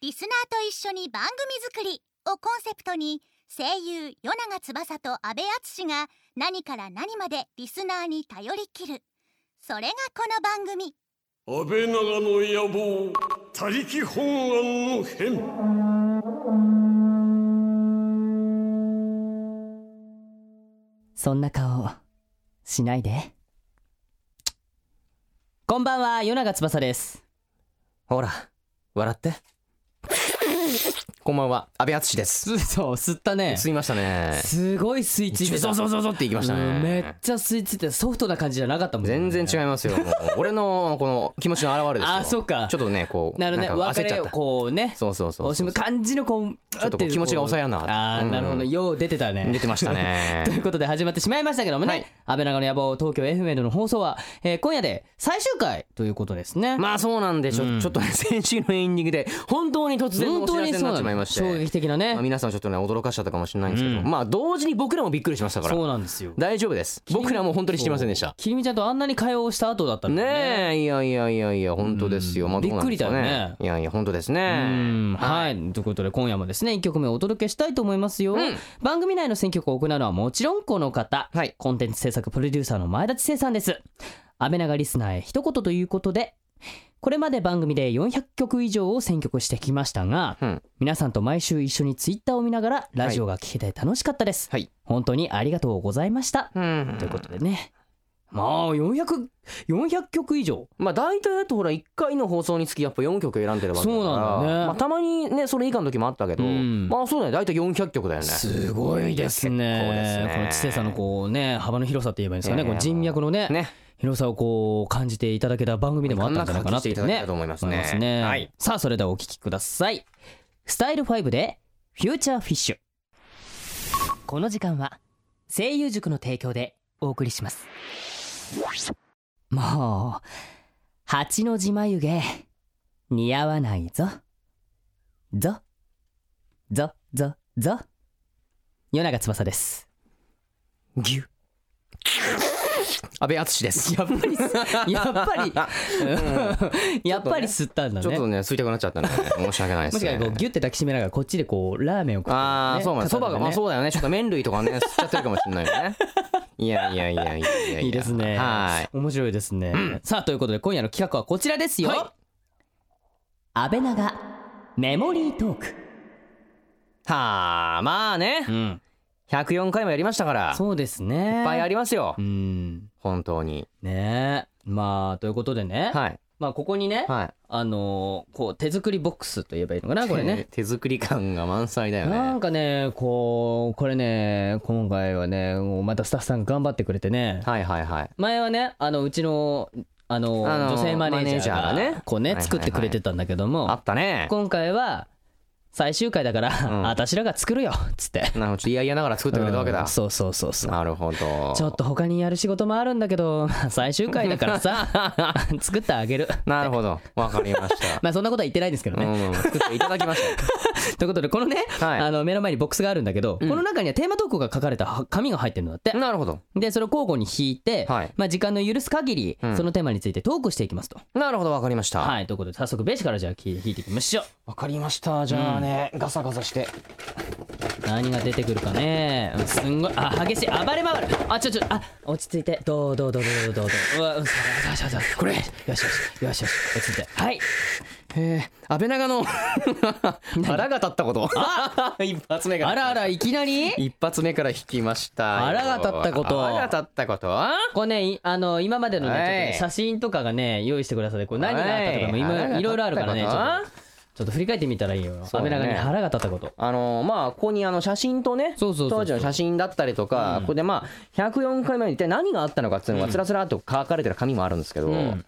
リスナーと一緒に番組作り」をコンセプトに声優与永翼と阿部淳が何から何までリスナーに頼りきるそれがこの番組安倍長の野望他力本願の変そんな顔しないでこんばんは与永翼ですほら笑ってこんばんは安倍敦ですすそう吸ったね吸いましたねすごい吸い付いてたそうそうそうそうっていきましたうんめっねちゃ吸い付いてたソフトな感じじゃなかったもん全然違いま すよもう俺のこの気持ちの表れですよあそっかちょっとねこうなるほどねんか別焦っちれゃっをたこうねそうそうそう惜しむ感じのこうちょっとこう気持ちが抑えられなかったあーなるほどうんよう出てたね出てましたねと いうことで始まってしまいましたけどもね、はい安倍長の野望東京 FM の放送は、えー今夜で最終回ということですね、まあそうなんでちょ,、うんちょっとね先週のエンディングで本当に突然本のお知当らにせにそうなっなてしまいまのして衝撃的なね、まあ、皆さんちょっとね驚かしちゃったかもしれないんですけど、うんまあ同時に僕らもびっくりしましたからそうなんですよ大丈夫です僕らも本当に知りませんでしたきりみちゃんとあんなに会話をした後だったんだよねねえいやいやいやいや本当ですよ、うんまあどうなんですかびっくりだよねいやいや本当ですうんねはい、ということで今夜もですね1曲目お届けしたいと思いますよ、ん番組内の選曲を行うのはもちろんこの方、はいコンテンツ制作プロデューサーの前田知世さんです安倍長リスナーへ一言ということでこれまで番組で400曲以上を選曲してきましたが、うん皆さんと毎週一緒にツイッターを見ながらラジオが聴けて楽しかったです、はい本当にありがとうございました、うんということでねまあ400400曲以上まあ大体だとほら1回の放送につきやっぱ4曲選んでるわけだかそらうなんだよねまあ、たまにねそれ以下の時もあったけど、うんまあそうだね大体400曲だよねすごいですね結構ですねこの知世さんのこうね幅の広さって言えばいいんですかね、ええこの人脈のねね広さをこう感じていただけた番組でもあったんじゃないかなっていう感じていねただけたと思いますねはいさあそれではお聞きくださいスタイル5でフューチャーフィッシュこの時間は声優塾の提供でお送りしますもう八の字眉毛似合わないぞぞぞぞぞ夜長翼ですぎゅ安倍敦 ですやっぱりすやっぱ り、 やっぱり吸ったんだねちょっとね吸いたくなっちゃったね申し訳ないもですしか しねたらこうギュッて抱きしめながらこっちでこうラーメンを食ってるねああそうなんだそばがまあそうだ よねちょっと麺類とかね吸っちゃってるかもしれないよねいやいやいやいやいやいいですねはい面白いですね、さあということで今夜の企画はこちらですよ、は安倍長メモリートーク、はあまあねうん、 104回もやりましたからいっそうですねぱいありますようん本当にねえまあということでね、はいまあここにね、はいあのーこう手作りボックスと言えばいいのかなこれね 手作り感が満載だよなんねかねこうこれね今回はねもうまたスタッフさんが頑張ってくれてねはいはいはい前はねあのうちのあのあの女性マネージャーマネージャがーがねこうはいねはいはい作ってくれてたんだけども、あったね今回は最終回だから、ん私らが作るよっつってなるほどちょっと嫌々ながら作ってくれたわけうんだそうそうそうそうなるほどちょっと他にやる仕事もあるんだけど最終回だから さ作ってあげるなるほどわかりましたまあそんなことは言ってないですけどうね、ん作っていただきました ということでこのね、はいあの目の前にボックスがあるんだけど、うんこの中にはテーマトークが書かれたは紙が入ってるんだって、なるほどでそれを交互に引いて、はいまあ、時間の許す限り、うんそのテーマについてトークしていきますとなるほどわかりましたはいということで早速ベーシからじゃあ引いていきましょうわかりましたじゃあねガサガサして何が出てくるかねうんすんごいあ激しい暴れ回るあちょちょあ落ち着いてどうどうどうどうどうどううわうんさあよしよしよしこれよしよしよしよし落ち着いて はいえー安倍長の 腹が立ったこと一発目があらあらいきなり一発目から引きましたよ腹が立ったこと腹が立ったことはこうねいあの今までのね,、はちいょっとね写真とかがね用意してくださってこう何があったとかもはい今いろいろあるからねちょっとちょっ腹が立ったことはと振り返ってみたらいいよ、そ安うだ倍長ねに腹が立ったことあのまあここにあの写真とねそうそうそうそう当時の写真だったりとか、ここでまあ104回目に一体何があったのかっていうのがつらつらっと書かれてる紙もあるんですけど、ん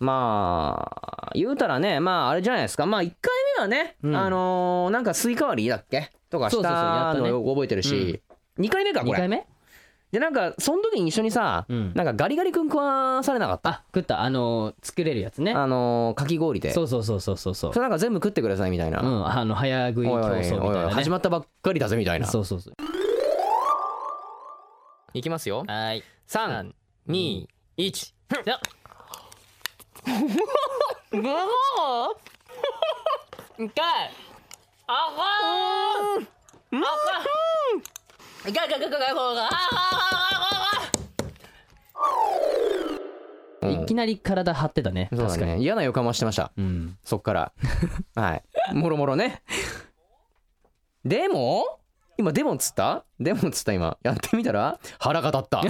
まあ言うたらねまああれじゃないですかまあ1回目はね、んあのなんかスイカ割りだっけとかそうしそうそうやたったねのを覚えてるし、2回目かこ2回れ目でなんかその時に一緒にさ、うんなんかガリガリ君食わされなかったあ食ったあの作れるやつねあのかき氷でそうそうそうそうそうそうそれなんか全部食ってくださいみたいな、うんあの早食い競おいおいおい争みたいな、ね、始まったばっかりだぜみたいなそうそうそういきますよはい三、二、一。じゃあうわ一回あはーあはーいかいかいかいかいかいあはーあはーあはーあはーいきなり体張ってたねそうだ確かにね嫌な予感はしてました うんそっから はいもろもろねでも今でもっつったでもっつった今やってみたら腹が立った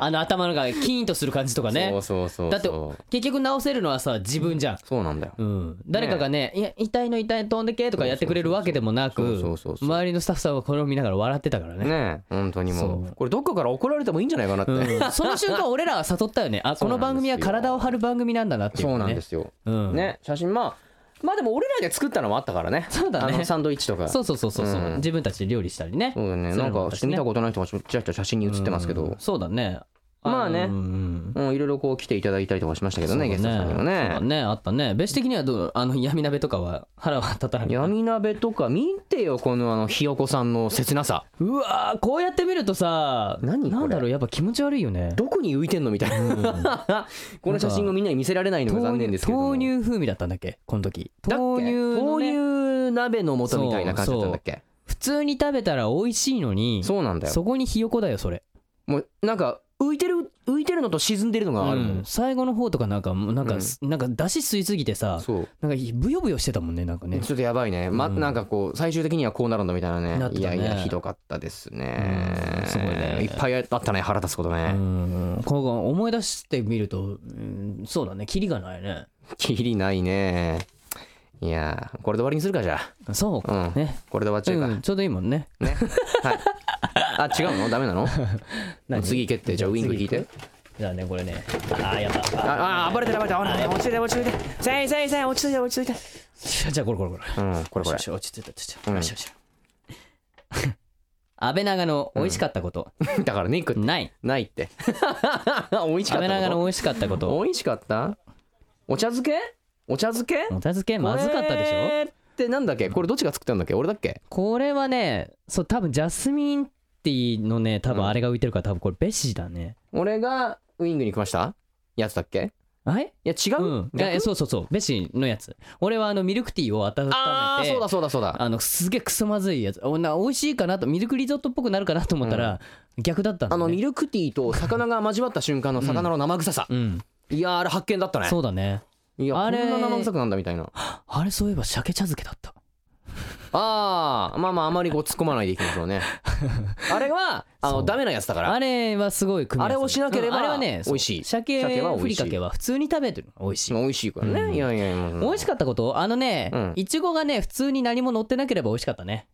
あの頭の中がキーンとする感じとか ねそうそうそうそうだって結局直せるのはさ自分じゃんそうなんだようん、誰かがね「いや痛いの痛い飛んでけ」とかやってくれるわけでもなそうくそうそうそう周りのスタッフさんはこれを見ながら笑ってたからねねえ本当にもそううこれどっかから怒られてもいいんじゃないかなって、うん、 その瞬間俺らは悟ったよねあこうなのんですよ番組は体を張る番組なんだなっていう、ね、そうなんですよ、うんね写真まあまあでも俺らで作ったのもあったからねそうだねあのサンドイッチとかそうそうそうそう、ううん自分たちで料理したりねそうだねなんかして見たことない人がちらちら写真に写ってますけど、うんそうだねまあねうんうんうん、いろいろこう来ていただいたりとかしましたけどね、ゲストさんにもそうだね。ねあったね別的にはどうあの闇鍋とかは腹は立たない闇鍋とか見てよ、このあのひよこさんの切なさ。うわーこうやって見るとさ何これなんだろうやっぱ気持ち悪いよねどこに浮いてんのみたいな。 この写真をみんなに見せられないのが残念ですけども。豆乳豆乳風味だったんだっけこの時だっけ豆乳のね豆乳鍋の素みたいな感じだったんだっけ普通に食べたら美味しいのにそうなんだよ。そこにひよこだよそれもうなんか浮いてる、浮いてるのと沈んでるのがあるもうんん。最後の方とかなんかもうなんか、なんか出汁吸いすぎてさそう。なんかブヨブヨしてたもんねなんかねちょっとやばいね。ま、うんなんかこう、最終的にはこうなるんだみたいななっね。ていたやねいや、ひどかったですねうん。すごいねいっぱいあったね、腹立つことうね。んこう思い出してみると、うん、そうだねキリがないねきりないね。いやー、これで終わりにするか、じゃあ。そうか、うんねこれで終わっちゃうか。うんちょうどいいもんねね。はい。あ、違うのダメなの 何次決定。じゃあ、ウィング聞いて。じゃあねこれねああやったああ、あ、暴れてる暴れてる。あ落ち着いて落ち着いて。せいせいせい、落ち着いて落ち着いて。じゃあこれこれこれうん、これこよれし。よし落ち着いた落ち着いうんたよしよしよし 安倍長の美味しかったこと、 だから、肉ってないないって。 美味し安かっ倍た長のこ美味しかったことと。美味しかったお茶漬けお茶漬けお茶漬けまずかったでしょょってなんだっけこれどっちが作ったんだっけ俺だっけこれはねそう多分ジャスミンティーのね多分うんあれが浮いてるから多分これベシだね、俺がウイングに来ましたやつだっけはいいや違う、うんい逆やそうそうそうベシのやつ俺はあのミルクティーを温めてああそうだそうだそうだあのすげえクソまずいやつおな美味しいかなとミルクリゾットっぽくなるかなと思ったら、逆だったんだ、あね、のミルクティーと魚が交わった瞬間の魚の生臭さうんいやーあれ発見だったねそうだねいやあこんれな生臭くなんだみたいなあれそういえば鮭茶漬けだったああまあまああまりこう突っ込まないでいきましょ うねあれはあそのうダメなやつだからあれはすごい組み合わせあれをしなければうんあれはねそう美味しい鮭鮭は美味しいふりかけは普通に食べてるのが美味しい美味しいからね、うんいやいやいや美味しかったことあのねうんいちごがね普通に何も乗ってなければ美味しかったね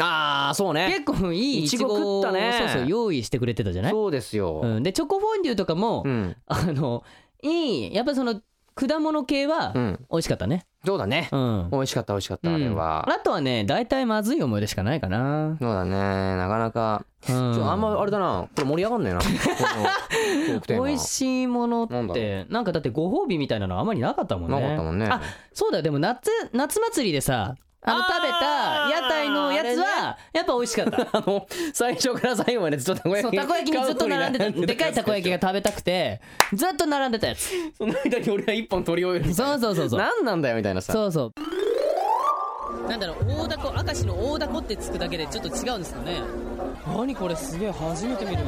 ああそうね結構いいいいちちごごを食ったねそうそう用意してくれてたじゃないそうですよ、うんでチョコフォンデュとかもうんあのいいやっぱその果物系はうん美味しかったねそうだね、うん美味しかった美味しかったあれは、うんあとはね大体まずい思い出しかないかなそうだねなかなか、うちょあんんまあれだなこれ盛り上がんねえなこのトークテーマ美味しいものっなんだろてなんかだってご褒美みたいなのあまりなかったもんねなかったもんねあそうだよでも夏夏祭りでさあの食べあーた屋台のやつはやっぱ美味しかった あの最初から最後までずっとたこそうたこ焼きにずっと並んでたでかいたこ焼きがが食べたくてずっと並んでたやつその間に俺は一本取り終えるみたいなそうそうそうそう何なんだよみたいなさそうそうなんだろう大凧明石の大凧ってつくだけでちょっと違うんですかね何これすげえ初めて見る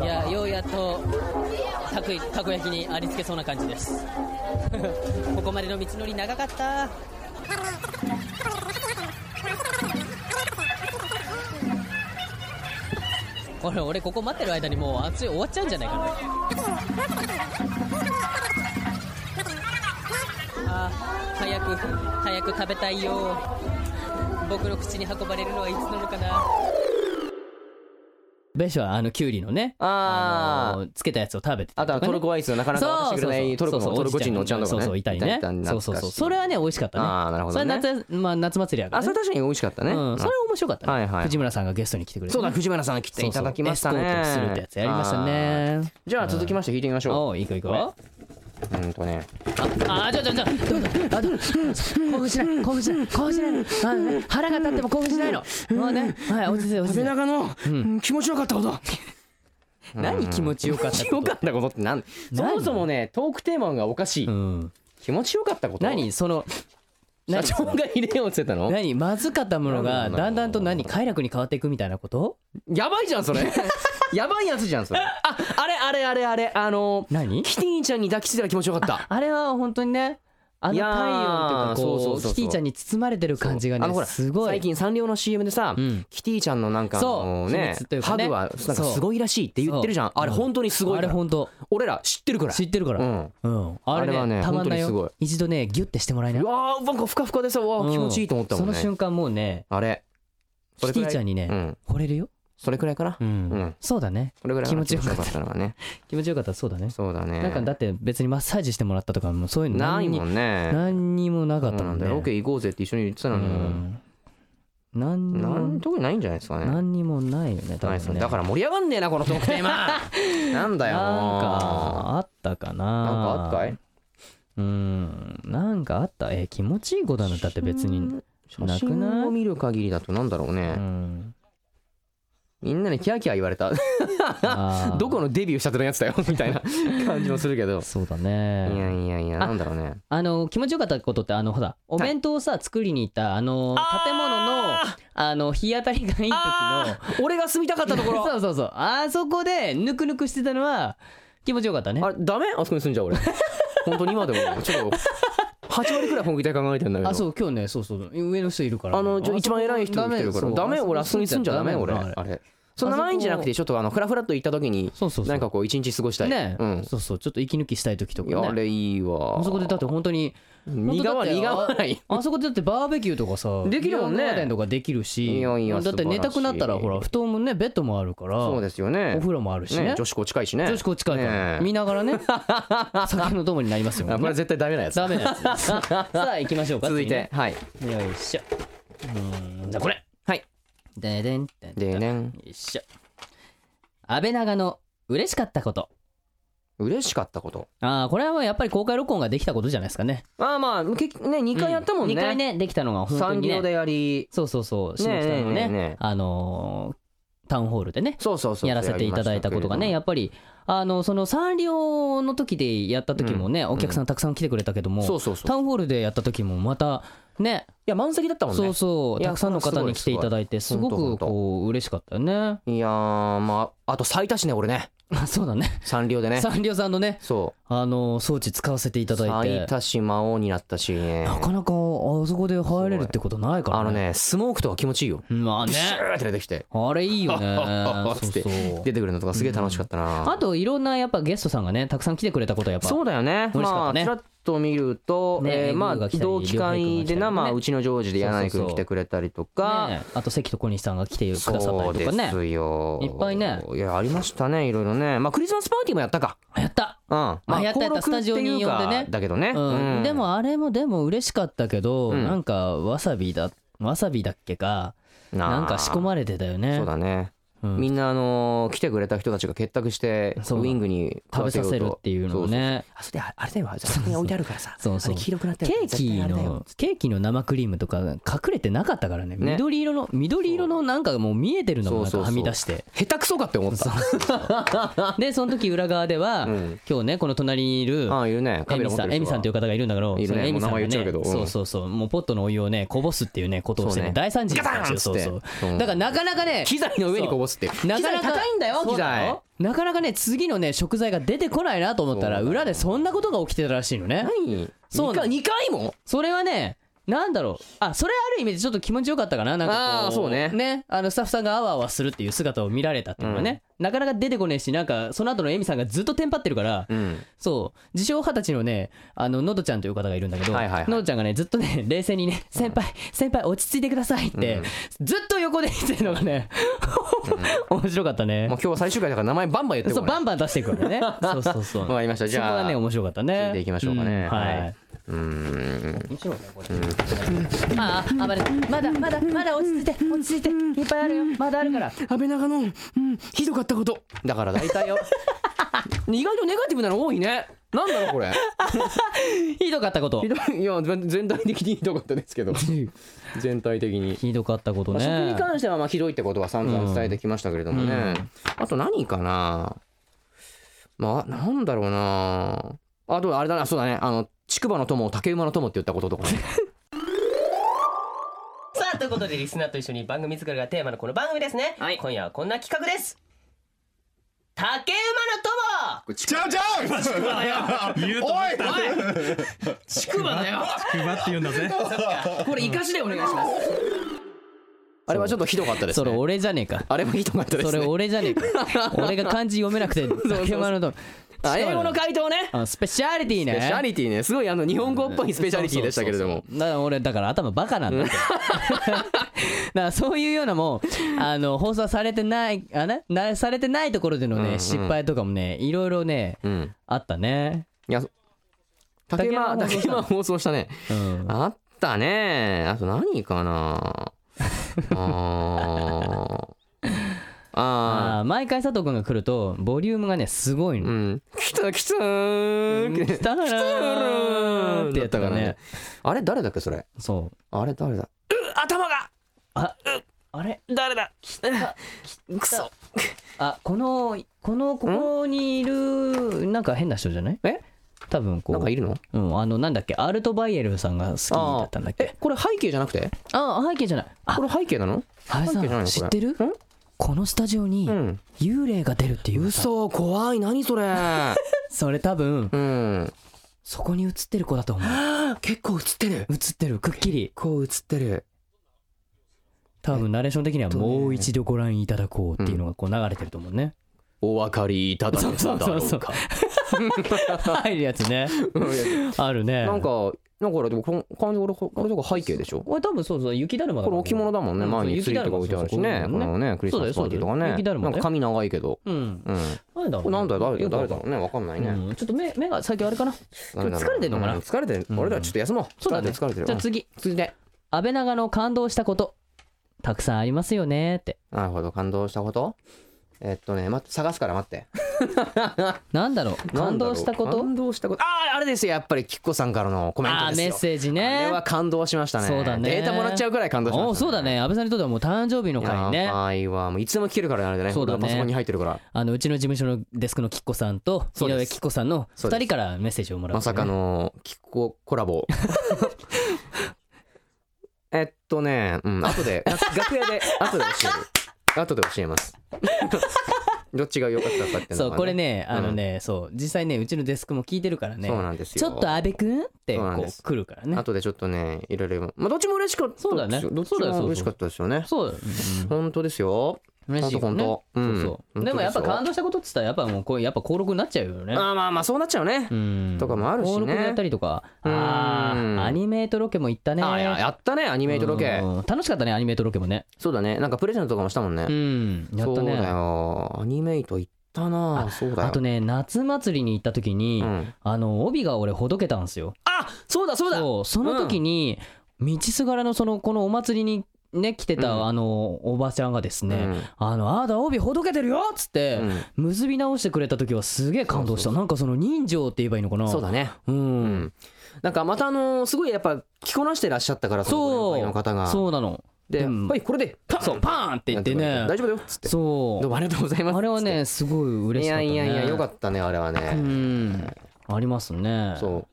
いやようやっとたこたこ焼きにありつけそうな感じです ここまでの道のり長かったこれ俺ここ待ってる間にもう暑い終わっちゃうんじゃないかなあー早く早く食べたいよ僕の口に運ばれるのはいつなのかなベシはあのキュウリのねあーのつけたやつを食べてあとはトルコアイスなかなか渡してくれないトルコのトルコ人のおっちゃんとかねそうそういたりねそうそうそうそれはね美味しかったねあーなるほどねそれ夏,、まあ、夏祭りやかあら、そねれ確かに美味しかったね、うん、それは面白かったね、はいはい藤村さんがゲストに来てくれてね、そうだ藤村さん来ていただきましたねそうそうエスコートするってやつやりましたねあーじゃあ続きまして弾いてみましょおういこういこうこううんとねああちょちょちょどうぞあどうぞ興奮しない興奮しない興奮しないのあのね腹が立っても興奮しないのもうねはい落ち着いて落ち着いて長の気持ちよかったこと何気持ちよかったこと気持ちよかったことってなんそもそもねトークテーマがおかしい、うん気持ちよかったこと何その社何長が入れようって言ってたの何まずかったものがだんだんと何快楽に変わっていくみたいなことやばいじゃん それやばいやつじゃんそれああれあれあれあれあの何キティちゃんに抱きついたら気持ちよかったあれは本当にねあのい太や陽とーいうかこうそうそうそうそうキティちゃんに包まれてる感じがそうあのほねらすごい最近サンリオの CM でさ、うんキティちゃんのなんかあそうのね秘密というかハねグはなんかそうすごいらしいって言ってるじゃんそうあれ本当にすごいあかれら本当俺ら知ってるから知ってるから、うんうん、あれねあれはねたまんない本当にすごいよ一度ねギュッてしてもらいなうわーなんかふかふかでさうわー気持ちいいと思ったもそんねの瞬間もうねあれそキテれくらィいちゃんにね、うん惚れるよ、それくらいかなうんうんそうだねそれぐらい気持ちよかった気持たのがね気持ちよかったらそうだねそうだねなんかだって別にマッサージしてもらったとかもうそういうのない何にもんね何にもなかそっうたなもんんねだよオッケー行こうぜって一緒に言ってたうのにん何になもん特にないんじゃないですかね何にもないよね多ないです分ねねだから盛り上がんねえなこのトークテーマ なんだよなんもかあったかなうなんかあったかいうーんなんかあったえ気持ちいいことなんだって別に写なくない真を見る限りだとなんだろううね、 んみんなにキャーキャー言われたあーどこのデビューしたてのやつ だよみたいな感じもするけどそうだいやねいやいやあなんだろうねあの気持ちよかったことってあのほらお弁当をさ作りに行ったあの建物のあの日当たりがいい時の俺が住みたかったところ そうそうそうあそこでぬくぬくしてたのは気持ちよかったねあれダメあそこに住んじゃう俺本当に今でもちょっと8割くらい本気で考えてんだけどあそう今日ねそうそう上の人いるからあのちょ一番偉い人が来てるからダメ俺あそこに住んじゃダメ俺あれそんな毎日じゃなくてちょっとあのフラフラっと行った時にそうそうそうなんかこう一日過ごしたいね、うんそうそうちょっと息抜きしたい時といやかあねれいいわあそこでだって本当に苦本当だっわて苦わないあそこでだってバーベキューとかさできるもんねビアガーデンとかできるしいやいやだって素晴らし寝いたくなったらほら布団もねベッドもあるからそうですよねお風呂もあるしねね女子校近いしね女子こっちからねえ見なが らね酒の友になりますよ、あこれは絶対 ダメなやつダメなやつ さあ行きましょうか続いてはい次ねよいしょうーんじゃあこれはいででんでんでねよいしょ安倍長の嬉しかったこと嬉しかったことああこれはやっぱり公開録音ができたことじゃないですかねまあまあ結局ね2回やったもん2回ねねできたのが本当産にね業でやりそうそうそう下北のねえねえねねえねえあのータウンホールでねそうそうそうやらせていただいたことがねややっぱりあのそのサンリオの時でやった時もね、んお客さんたくさん来てくれたけども、りましたけれどもそうそうそうタいウンホールでやった時もまたねや満席だったもんそねうそういやたくさんの方に来ていただいてすすごごいすごいくこう嬉しかったよね いやーまああと最多しね俺ねあそうだねサンリオでねサンリオさんのねそあの装置使わせていうただい最て多し魔王になったしねなかなかあそこで入れるってことないからあのねスモークとか気持ちいいよまあねプシューって出てきてあれいいよ ねそつうってそう出てくるのとかすげえ楽しかったなあといろんなやっぱゲストさんがねたくさん来てくれたことはやっぱそうだよね嬉しかまったあねちらっと見るとねえーまエグあが来たり同期会で両方が来たりなとかねまあうちのジョージで柳井君来てくれたりとかね、あと関と小西さんが来てくださったそうりでとかねすよいっぱいねいやありましたねいろいろねまあクリスマスパーティーもやったかやった、うんまああやったやった登録スタっていうかジオに呼んでねだけどねうんうんでもあれもでも嬉しかったけど、うんなんかわさびだわさびだっけかなあなんか仕込まれてたよねそうだねうんみんなあのー来てくれた人たちが結託してそうウイングに食べさせるっていうのをねあそれあれだよあそこに置いてあるからさ そうそうあれ黄色くなってるケからーキ絶対あれだよのケーキの生クリームとか隠れてなかったからねね緑色の緑色のなんかもう見えてるのもなんかそうそうはそうみ出して下手くそかって思った でその時裏側では、うん今日ねこの隣にいるああいるねカエメミラ持ってさる人んはエミさんという方がいるんだけどいるねそのエミさんがもう名前言っちゃうけどうんそうそうそうもうポットのお湯をねこぼすっていうねことをしてねそうね大惨事にしたんですよガそタうンっつってそううんだからなかなかね機材の上にこぼすっていうなかな機材か高いんだよそう機材よなかなかね次のね食材が出てこないなと思ったらそうだよ裏でそんなことが起きてたらしいのね何そうなの2回もそれはねなんだろうあそれある意味でちょっと気持ちよかったかななんかこあーそうねあのスタッフさんがあわあわするっていう姿を見られたっていうのはね、なかなか出てこねえしなんかその後のエミさんがずっとテンパってるから、うんそう自称二十歳のねあののどちゃんという方がいるんだけど、はいはいはいのどちゃんがねずっとね冷静にね「先輩先輩落ち着いてください」って、ずっと横で言ってるのがね、 面白かったね、もう今日は最終回だから名前バンバン言ってそこういバンバン出していくから ねそうそうそうわかりましたじゃあそこがね面白かったね聞いていきましょうかねんはい、はいうん面白いねこれ、ああ暴れたまだまだまだ落ち着いて落ち着いていっぱいあるよまだあるから安倍 長のうんひどかったことだから大体よ意外とネガティブなの多いねなんだろうこれ ひどかったことひどいいや全全体的にひどかったですけど全体的にひどかったことまあね食に関してはまあひどいってことは散々伝えてきましたけれどもね、あと何かなまあなんだろうなあとあれだなそうだねあの竹馬の友を竹馬の友って言ったこととかねさあということでリスナーと一緒に番組作りがテーマのこの番組ですね、はい今夜はこんな企画です竹馬の友ちゃうちゃう言うとおいおい竹馬だよ竹馬って言うんだぜこれ生かしでお願いしますあれはちょっとひどかったですそれね俺じゃねえかあれもひどかったでそすれね俺じゃねえ か俺が漢字読めなくて竹馬のとあ英語の回答ねあスペシャリティねスペシャリティねすごいあの日本語っぽいスペシャリティでしたけれどもそうそうそうだから俺だから頭バカなん だってだからそういうようなもんあの放送されてないあななされてないところでのね、うんうん失敗とかもねいろいろねうんあったねいや竹馬竹竹馬馬放送したねうんあったねあと何 かなあーあーあー毎回佐藤君が来るとボリュームがねすごいの、うん来た来たー来たらーってやったからねあれ誰だっけそれそうあれ誰だあれくそあこのこのここにいるなんか変な人じゃないえ多分こうなんかいるのうん、あのなんだっけアルトバイエルさんが好きだったんだっけえこれ背景じゃなくてああ背景じゃないあこれ背景なのあれ背景じゃないさ知っのてるこれんこのスタジオにうん幽霊が出るっていうさ嘘怖い何それそれ多分 うんそこに映ってる子だと思う結構映ってる映ってるくっきりこう映ってる多分ナレーション的にはえっとねもう一度ご覧いただこうっていうのがこう流れてると思う ねお分かりいただけただろそうそううか入るやつねあるねなんかなんかほらでもこの感じ俺これとか背景でしょこれ多分そうそう雪だるまだこれ置物だもんねうん前にそう釣りとか置いてあるしね雪だるこまのねクリスマスパーティーとかそうだよそうだよね雪だるなまんねか髪長いけどうんうんなんだろこれなんだ誰だよくわ誰かんだろうね分かんないなねいうんちょっと目目が最近あれかななんだろう疲れてんのかなう疲れてるうん俺らちょっと休もうそうだ疲れねてる疲れてるじゃあうん次次で安倍長の感動したことたくさんありますよねってなるほど感動したことえっとね待って探すから待ってなんだろう感動したこなんだろうと感動したことあああれですよやっぱりきっこさんからのコメンあトーですメよッセージあねれは感動しましたねそうだねデータもらっちゃうくらい感動しました、おうそうだね安倍さんにとってはもう誕生日のいや会ねばいわもういつでも聞けるからねあれねそうだね俺のパソコンに入ってるからあのうちの事務所のデスクのきっこさんと井そうです上きっこさんのそうで2す人からメッセージをもらう、まさかのきっこコラボ えっとねうん後で楽楽屋で後で教える後で教えます どっちが良かったかっていうのそは、ね、うこれねうんあのね、そう実際ねうちのデスクも聞いてるからねそうなんですよちょっと安倍くんってそうなんこでうす来るからね後でちょっとねいろいろまあどっちも嬉しかったですよそうだねどっちそうだよそうそもう嬉しかったですよねそうだよ、本当ですようん、嬉しいよね本当本当うんそうそう本当ですよでもやっぱ感動したことっつったらやっぱもうこうやっぱ登録になっちゃうよねまあまあまあそうなっちゃうねうんとかもあるしね登録やったりとかうんあーアニメートロケも行ったねあややったねアニメイトロケうん楽しかったねアニメートロケもねそうだねなんかプレゼントとかもしたもんねうんやそっうただねよアニメイト行ったなそうだよあとね夏祭りに行った時に、うんあの帯が俺ほどけたんですよあそうだそうだそうその時に、道すがらのそのこのお祭りにね来てた、うんあのおばちゃんがですね、うんあのあーだ帯ほどけてるよっつって、結び直してくれた時はすげえ感動したなんかその人情って言えばいいのかなそうだねうん、うんなんかまたあのーすごいやっぱ着こなしてらっしゃったからそのごそ年配うの方がそうなのでう「んはいこれでパン!」そうパーンって言ってね大丈夫だよっつってそどううもありがとうございますあれはねすごい嬉いしかっやた、ね、いやいやよかっったねあれはうねんありますねそう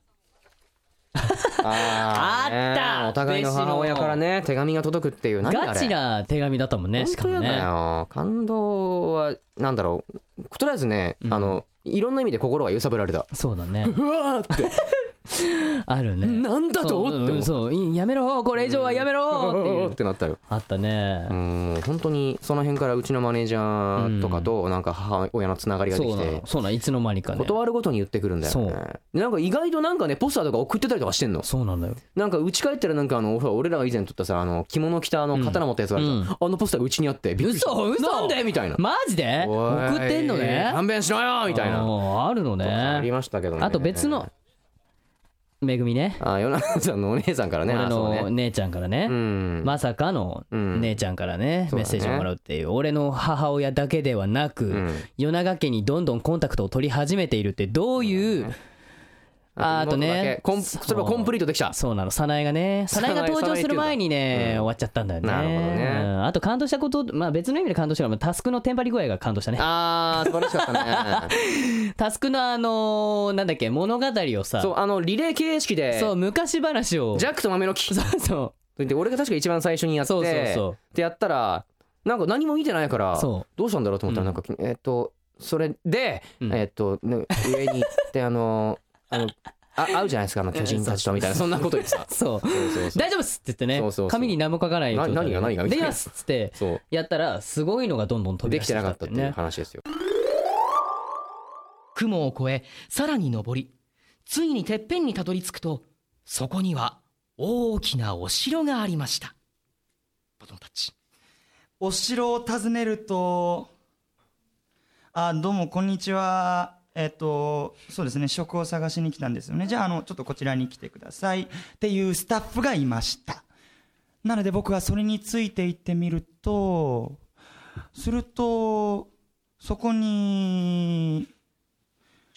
あーねあったお互いの母親からね手紙が届くっていう何あれガチな手紙だったもんねしかも本当やだねよ感動はなんだろうとりあえずね、あのいろんな意味で心が揺さぶられたそうだねうわーって あるねなんだとそうってう思んうそういいやめろこれ以上はやめろっていううってなったよあったねうん本当にその辺からうちのマネージャーとかとなんか母親のつながりがでそきうなてのそうなのいつの間にかね断るごとに言ってくるんだよそねでなんか意外となんかねポスターとか送ってたりとかしてんのそうなんだよなんか家帰ったらなんかあのほら俺らが以前撮ったさあの着物着たあの刀持ったやつがあるじゃんうんあのポスターがうちにあってびっくりした嘘嘘なんでみたいなマジで送ってんのおいね勘弁しろよみたいなあーあるのありねましたけどねあと別のめぐみねあヨナさんのお姉さんからね俺あそうのね姉ちゃんからうねんまさかのうん姉ちゃんからねそうメだッセねージをもらうっていう俺の母親だけではなくん夜長家にどんどんコンタクトを取り始めているってどういうあーあとね妹だけコンそれはコンプリートできたそうなの早苗がね早苗が登場する前にね、うん終わっちゃったんだよねなるほどねうんあと感動したこと、まあ、別の意味で感動したのはタスクのテンパり具合が感動したねあー素晴らしかった ねタスクのあのーなんだっけ物語をさそうあのリレー形式でそう昔話をジャックと豆の木そうそうで俺が確か一番最初にやってそうそうそうでやったらなんか何も見てないからそどうしたんだろうと思ったらなんか、えっ、とそれで、うんえっ、と、ね、上に行 ってあのあのあ会うじゃないですかあの巨人たちとみたいなそんなこと言ってたそうそうそうそう大丈夫っすって言ってねそうそうそう紙に何も書かないな状態で何が何がみたでいきなますっつってそうやったらすごいのがどんどん飛びで出きしててなかたったってねいう話ですよ。雲を越えさらに登りついにてっぺんにたどり着くとそこには大きなお城がありましたバトンタッチお城を訪ねるとあどうもこんにちはえっとそうですね職を探しに来たんですよねじゃああのちょっとこちらに来てくださいっていうスタッフがいましたなので僕はそれについて行ってみるとするとそこに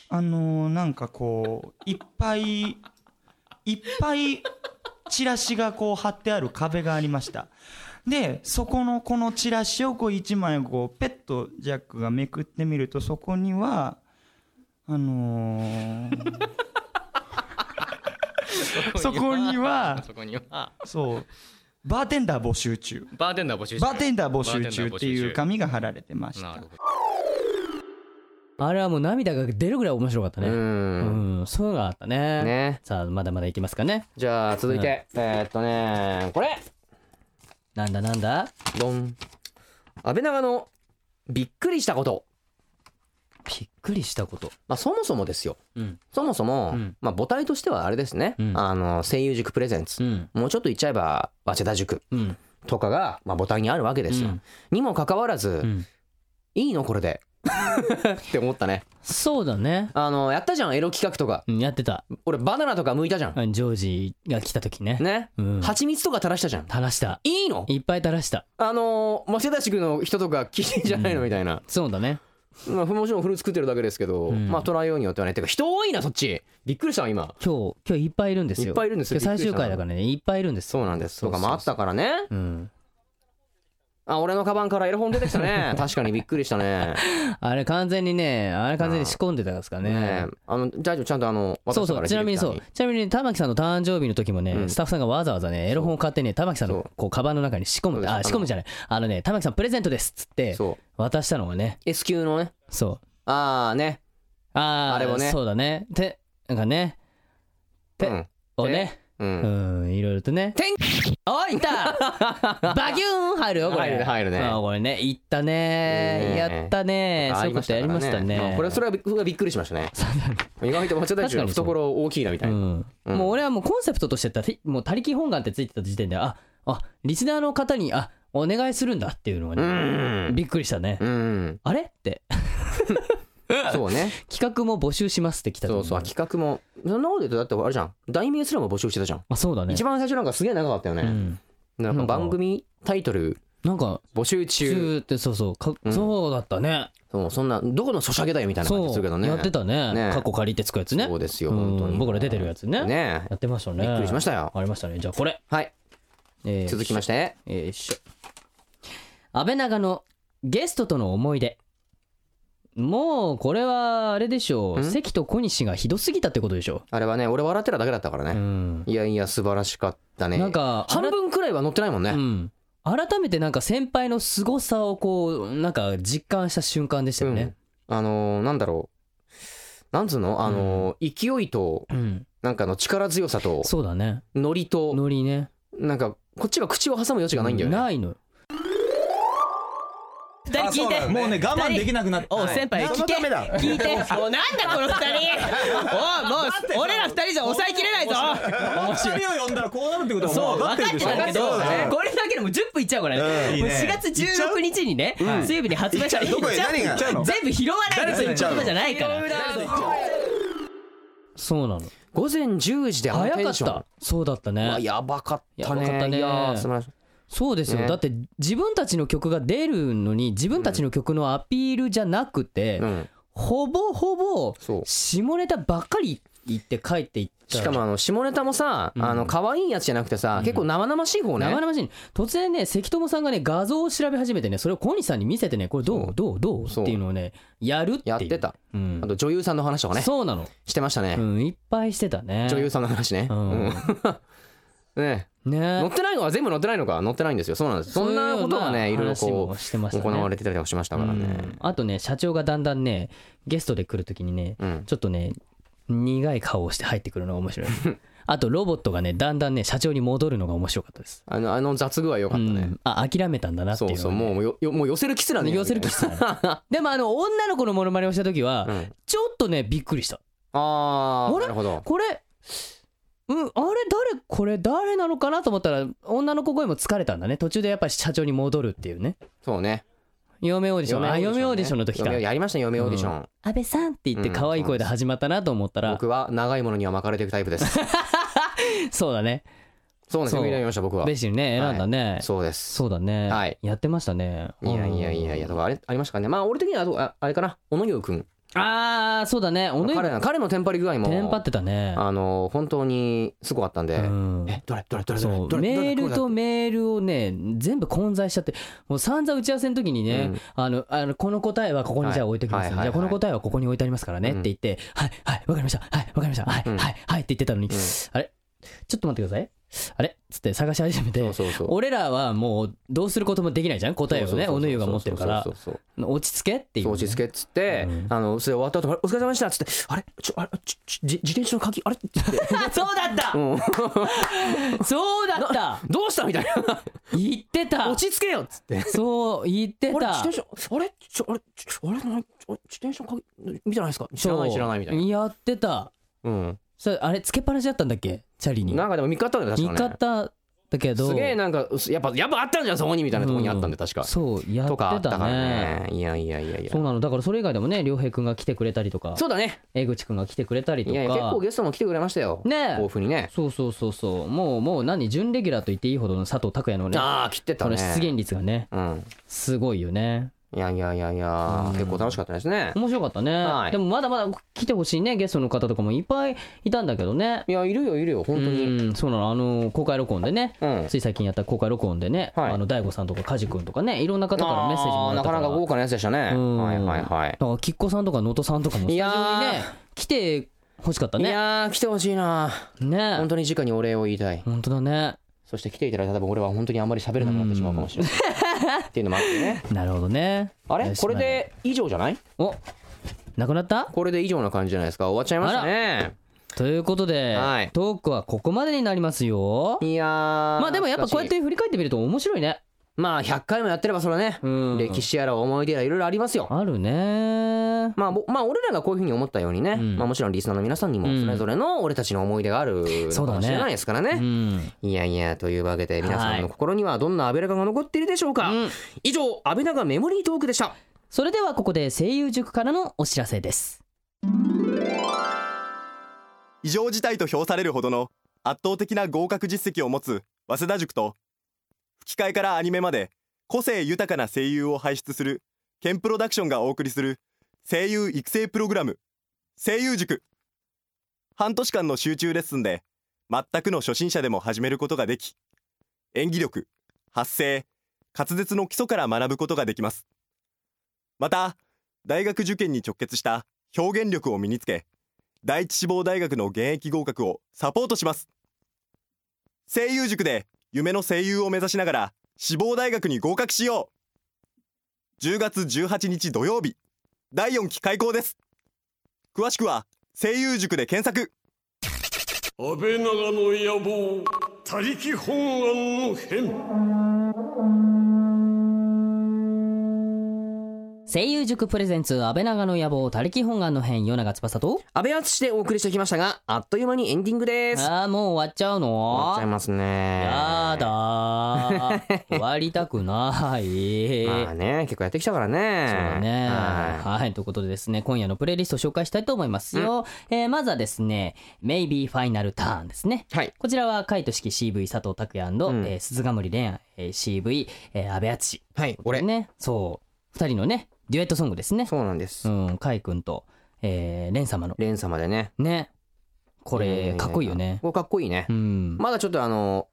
あのなんかこういっぱいいっぱいチラシがこう貼ってある壁がありましたでそこのこのチラシをこう1枚こうペットジャックがめくってみるとそこにはあのーそこにはそこにはそうバーテンダー募集中バーテンダー募集バーテンダー募集中っていう紙が貼られてましたあれはもう涙が出るぐらい面白かったねううんん、そういうのがあったねねさあまだまだいきますかねじゃあ続いて、えーっとねこれなんだなんだドン安倍長のびっくりしたこと、びっくりしたことまあ、そもそもですようんそもそも、うんまあ、母体としてはあれですね、うんあの声優塾プレゼンツ、うんもうちょっと言っちゃえば早稲田塾うんとかが、まあ、母体にあるわけですよ、うんにもかかわらず、うんいいのこれでって思ったねそうだねあのやったじゃんエロ企画とかうんやってた俺バナナとか剥いたじゃん、あジョージが来た時ねねうん蜂蜜とか垂らしたじゃん垂らしたいいのいっぱい垂らしたあのー、早稲田塾の人とか聞いてんじゃないのみたいな、そうだねまあ、もちろんフルーツ食ってるだけですけど、うんまあトライようによってはねてか人多いなそっちびっくりしたわ今今日今日いっぱいいるんですよいっぱいいるんですよ今日最終びっくりした回だからねいっぱいいるんですそうなんですとかもあったからねうんあ俺のカバンからエロ本出てき たね確かにびっくりしたねあれ完全にねあれ完全に仕込んでたんですからねねえあの大丈夫ちゃんとあの渡そうしたそかうらちなみにそうディレクちなみに玉木さんの誕生日の時もね、うんスタッフさんがわざわざねエロ本を買ってね玉木さんそのうこうカバンの中に仕込そうむですああの仕込むじゃないあのね玉木さんプレゼントですっつっターてにそう渡したのがね S 級のねそうああねあーあれをねそうだねてなんかねうてんをねううんんいろいろとね天おいった バギューン入るよこれ入る入るねあーこれねいったねねえやったねそういうことやりましたねあこ れそれはび僕がびっくりしましたね意外と町田中の懐大きいなみたいうな、んんもう俺はもうコンセプトとしてたもう「他力本願」ってついてた時点でああリスナーの方にあお願いするんだっていうのがうね、んびっくりしたね、うん、あれって そうね企画も募集しますって来た時そにうそう企画もそんなこと言うとだってあれじゃん題名すらも募集してたじゃん、あそうだね一番最初なんかすげえ長かったよね、うん、なんか番組タイトルなんか募集「中中」ってそうそうか、うんそうだったねそうそんなどこのソシャゲだよみたいな感じそするけどうねやってたねね過去借りてつくやつねそうですようん本当に僕ら出てるやつねねやってましたねびっくりしましたよありましたねじゃあこれ、はいえー続きましてよいしょ安倍長のゲストとの思い出もうこれはあれでしょうん関と小西がひどすぎたってことでしょあれはね俺笑ってただけだったからうね、ん、いやいや素晴らしかったねなんか半分くらいは乗ってないもんね、うん改めてなんか先輩の凄さをこうなんか実感した瞬間でしたよね、うんあのーなんだろうなんつうのあのー勢いとうんなんかの力強さとそうだねノリとノリねなんかこっちが口を挟む余地がないんだよね、ないの二人聞いてもうね我慢できなくなっておう先輩聞け聞 いておうなんだこの二人おうもう俺ら二人じゃ抑えきれないぞ人を呼んだらこうなるってことそう分かってたんだけどそうだねこれだけでも10分いっちゃうからねうんいいもうね4月16日にね水曜日に発売されるどこへ何が全部拾わないでという言葉じゃないからそうなの午前10時であの早テかンっションたそうだったうわねやばかったねやばかったねいやー素晴らしいそうですよ、ねだって自分たちの曲が出るのに自分たちの曲のアピールじゃなくて、うんほぼほぼそう下ネタばっかり行って帰って行ったしらかもあの下ネタもさ、あの可愛いやつじゃなくてさ、結構生々しい方ね生々しいね突然ね関友さんがね画像を調べ始めてねそれを小西さんに見せてねこれどうどうどうっそうていうのをねやるっていうやってた、うんあと女優さんの話とかねそうなのしてましたね、うんいっぱいしてたね女優さんの話ね、うう んんね乗ねってないのは全部乗ってないのか乗ってないんですよそうなんですそんなことがねいろいろそういうような話こもしてまうした行ねわれてたりとかしましたからねうんあとね社長がだんだんねゲストで来るときにねうんちょっとね苦い顔をして入ってくるのが面 白いあとロボットがねだんだんね社長に戻るのが面白かったですあのあの雑具合良かうったね、んあ諦めたんだなっていそううのそがねうもうよよもう寄せるキスなんだよ寄せるキスだ ねでもあの女の子のモノマネをした時は、うんちょっとねびっくりしたあああれなるほどこれうん、あれ誰これ誰なのかなと思ったら女の子声も疲れたんだね途中でやっぱり社長に戻るっていうねそうね嫁オーディションあ嫁オーディションの時か嫁やりましたね嫁オーディション、安倍さんって言って可愛い声で始まったなと思ったら、僕は長いものには巻かれていくタイプですそうだねそうねそう嫁になりました僕はベシルね選んだね、そそうですうだね、はいやってましたねいやいやいやいやうとんかあれありましたかねまあ俺的にはあとああれかな小野行くんああそうだねおね彼の彼のテンパり具合もテンパってたねあの本当にすごかったんで、うんえどれどれどれどれそうどれメーどれルとメールをね全部混在しちゃってもう散々打ち合わせの時にね、うんあのあのこの答えはここにはいじゃあ置いておきます、はいはいじゃあこのはい答えはここに置いてありますからねって言って、はいはいわかりましたはいわかりましたはい、うんはいはいって言ってたのに、んあれちょっと待ってくださいあれつって探し始めてそうそうそう俺らはもうどうすることもできないじゃん答えをそうそうねそうおぬゆが持ってるからそうそうそう落ち着けっていう、そう落ち着けっつって、うんあのそれ終わった後あれお疲れ様でしたっつってあれちょあれちょちょじ自転車の鍵あれっつって あそうだった、うんそうだ ったどうしたみたいな言ってた落ち着けよっつってそう言ってあれた自転車あれちょあれちょあれないあれ自転車の鍵見てないですか知らない知らないみたいな、なやってたうん、それあれつけっぱなしだったんだっけチャリになんかでも見方だよ確見かね方だけどすげえなんかやっぱやっぱあったんじゃんそこにみたいなとこにあったうんで確か、そうやっとかあってたたからねねいやいやいやいやそうなのだからそれ以外でもね良平くんが来てくれたりとかそうだね江口くんが来てくれたりといかやいや結構ゲストも来てくれましたよねえ豊富にねそうそうそうそうもうもう何準レギュラーと言っていいほどの佐藤拓也のねああ切ってたこのね出現率がねうんすごいよねいやいやいやいや、結構楽しかったですね面白かったね、はいでもまだまだ来てほしいねゲストの方とかもいっぱいいたんだけどねいやいるよいるよ本当にうんそうなのあの公開録音でね、うんつい最近やった公開録音でね、はいあの大悟さんとか梶君とかねいろんな方からメッセージあもーらなったかからなか豪華なやつでしたねうんはいはいはいだからきっこさんとか能登さんとかもスタいジオやにーね来てほしかったいねやー来てほしいなね本当に直にお礼を言いたい本当だねそして来ていただいたら多分俺は本当にあんまり喋れなくなってしまうかもし れないっていうのもあってねなるほどねあれよしこれで以上じゃないおなくなったこれで以上な感じじゃないですか終わっちゃいましたねということで、はいトークはここまでになりますよいやーまあでもやっぱこうやって振り返ってみると面白いねまあ100回もやってればそれはね、うん歴史やら思い出やらいろいろありますよ。あるねまあ、ぼまあ俺らがこういうふうに思ったようにね、んまあ、もちろんリスナーの皆さんにもうんそれぞれの俺たちの思い出があるそうかだねもしれないですからうね。んいやいやというわけで皆さはんいの心にはどんな安倍長が残っているでしょうか、うん以上安倍長メモリートークでしたそれではここで声優塾からのお知らせです異常事態と評されるほどの圧倒的な合格実績を持つ早稲田塾と吹き替えからアニメまで個性豊かな声優を輩出するケンプロダクションがお送りする声優育成プログラム声優塾半年間の集中レッスンで全くの初心者でも始めることができ演技力発声滑舌の基礎から学ぶことができますまた大学受験に直結した表現力を身につけ第一志望大学の現役合格をサポートします声優塾で夢の声優を目指しながら志望大学に合格しよう10月18日土曜日第4期開校です詳しくは声優塾で検索安倍長の野望他力本願の変声優塾プレゼンツ安倍長の野望他力本願の編与永翼と安倍淳でお送りしてきましたがあっという間にエンディングです終あーもう終わっちゃうのわっちゃいますねやだ ー終わりたくない、まあね結構やってきたからねそうだね。はいはい。ということでですね、今夜のプレイリストを紹介したいと思いますよ。えーまずはですね、Maybe Final Turn ですね。はいこちらは、カイト式 CV 佐藤拓也、うんえー鈴ヶ森蓮、えー CV、えー、安部淳。はい俺、ね。そう。二人のね、デュエットソングですね。そうなんです、うん、カイ君と、えー、蓮様の。レン様でねね。これかっこいいよねこれかっこいいねう。んまだちょっとあの、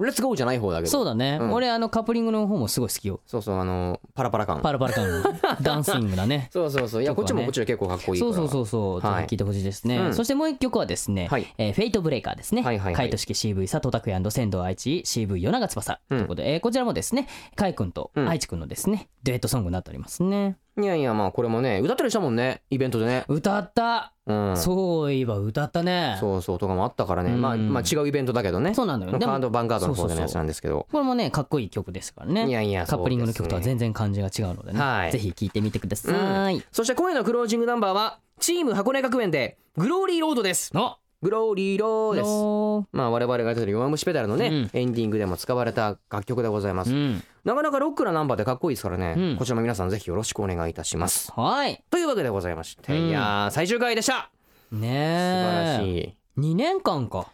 レッツゴーじゃない方だけど。そううだねん俺あのカップリングの方もすごい好きよそうそう、あの、パラパラ感。パラパラ感の ダンシングだねそうそうそう。いや、こっちもこっちで結構かっこいいかそら。うそうそうそう、はいぜひ聞いてほしいですね、うんそしてもう一曲はですね、はいえーフェイトブレイカーですね、はいはいはいカイト式 CV 佐藤拓也仙道愛知 CV 与永翼ということで、えーこちらもですねカイ君とうん愛知君のですね、デュエットソングになっておりますねいやいや、まあこれもね、歌ったりしたもんね、イベントでね。歌った、うん。そういえば歌ったねそうそうとかもあったからね。うんまあ、まあ違うイベントだけどね。そうなのよまあでもカードバンガードの方でのやつなんですけど。これもねかっこいい曲ですからねいやいや、カップリングの曲とはそうですね全然感じが違うのでねはいぜひ聴いてみてください、そして今夜のクロージングナンバーは、チーム箱根学園で、グローリーロードです。のグローリーロードです。そまあ我々がやってる弱虫ペダルのね、エンディングでも使われた楽曲でございます。うんなかなかロックなナンバーでかっこいいですからね、うんこちらも皆さんぜひよろしくお願いいたします。はいというわけでございまして、うんいやー最終回でしたね素晴らしえい。 2年間か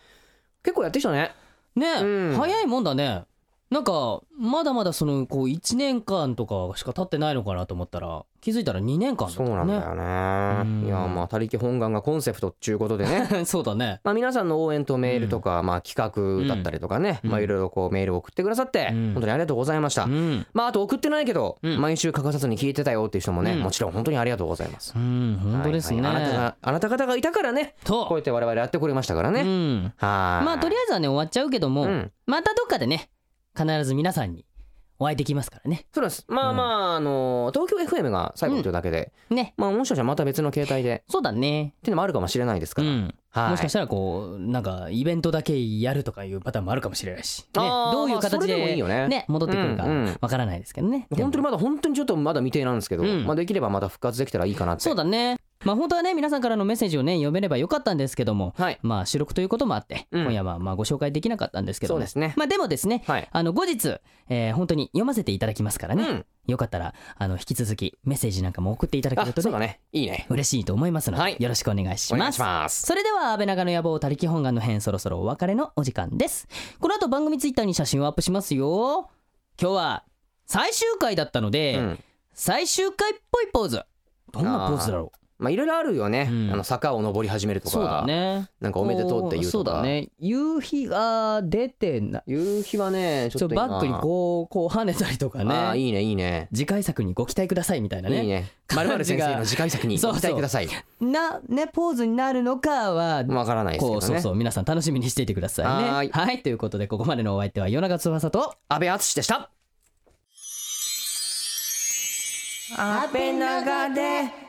結構やってきたね。ねえ、うん早いもんだねなんかまだまだそのこう1年間とかしか経ってないのかなと思ったら気づいたら2年間だったそねうなんだよね。うんいやーまあ、他力本願がコンセプトっていうことでね。ね そうだねまあ皆さんの応援とメールとか、まあ企画だったりとかね、うんまあいろいろこうメールを送ってくださって、うん本当にありがとうございました。うんまああと送ってないけど、うん毎週欠かさずに聞いてたよっていう人もね、うんもちろん本当にありがとうございます。うん本当ですね、はいはいあなたがあなた方がいたからね、こうやとって我々やってこれましたからね。うんはい。まあとりあえずはね終わっちゃうけども、うんまたどっかでね必ず皆さんにお会いできますからねそうなんです。まあまあ、あの東京 FM が最後というだけで、ねまあもしかしたらまた別の携帯でそうだねっていうのもあるかもしれないですうから。んはい。もしかしたらこうなんかイベントだけやるとかいうパターンもあるかもしれないし、ね、あーどういうまあそ形れでもいいよねね戻ってくるかうんうんわからないですけどね、でも本当にまだ本当にちょっとまだ未定なんですけど、うんまあできればまた復活できたらいいかなって。そうだねまあ本当はね皆さんからのメッセージをね読めればよかったんですけどもはい。まあ収録ということもあって、うん今夜はまあご紹介できなかったんですけどそもうですね。まあでもですねはい。あの後日、えー本当に読ませていただきますからうね、ん。よかったらあの引き続きメッセージなんかも送っていただあけるとそうねだね。いいね。嬉しいと思いますので、はいよろしくお願いしお願まいしすます。それでは安倍長の野望他力本願の編そろそろお別れのお時間ですこの後番組ツイッターに写真をアップしますよ今日は最終回だったので、うん。最終回っぽいポーズどんなポーズだろまあいろいろあるよね。うんあの坂を登り始めるうとそうだか、ねなんかおめでとうっていうとか。そうだ。ね夕日が出てな夕日はね、ちちょょっっとと今バックにこうこう跳ねたりとかああねいいねいいね。次回作にご期待くださいみたいないねいね。まるま感るじ先が 生の次回作にそうごそう期待ください。なねポーズになるのかはわからないですけこうどね。そうそう皆さん楽しみにしていてくださいねはーいということでここまでのお相手は夜長翼と安倍敦でした。安倍長で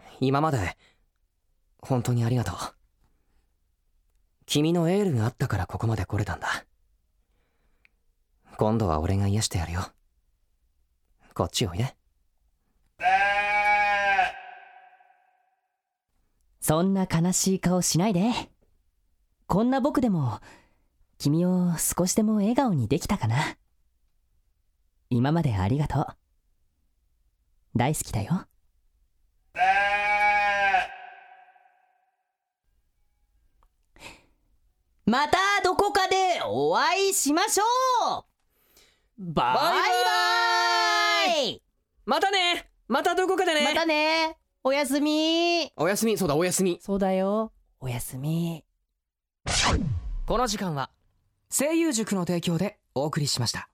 おやすみ。今まで本当にありがとう。君のエールがあったからここまで来れたんだ。今度は俺が癒してやるよ。こっちおいで。そんな悲しい顔しないでこんな僕でも君を少しでも笑顔にできたかな今までありがとう大好きだよまたどこかでお会いしましょうバイバイまたねまたどこかでねまたねおやすみおやすみそうだおやすみそうだよおやすみこの時間は声優塾の提供でお送りしました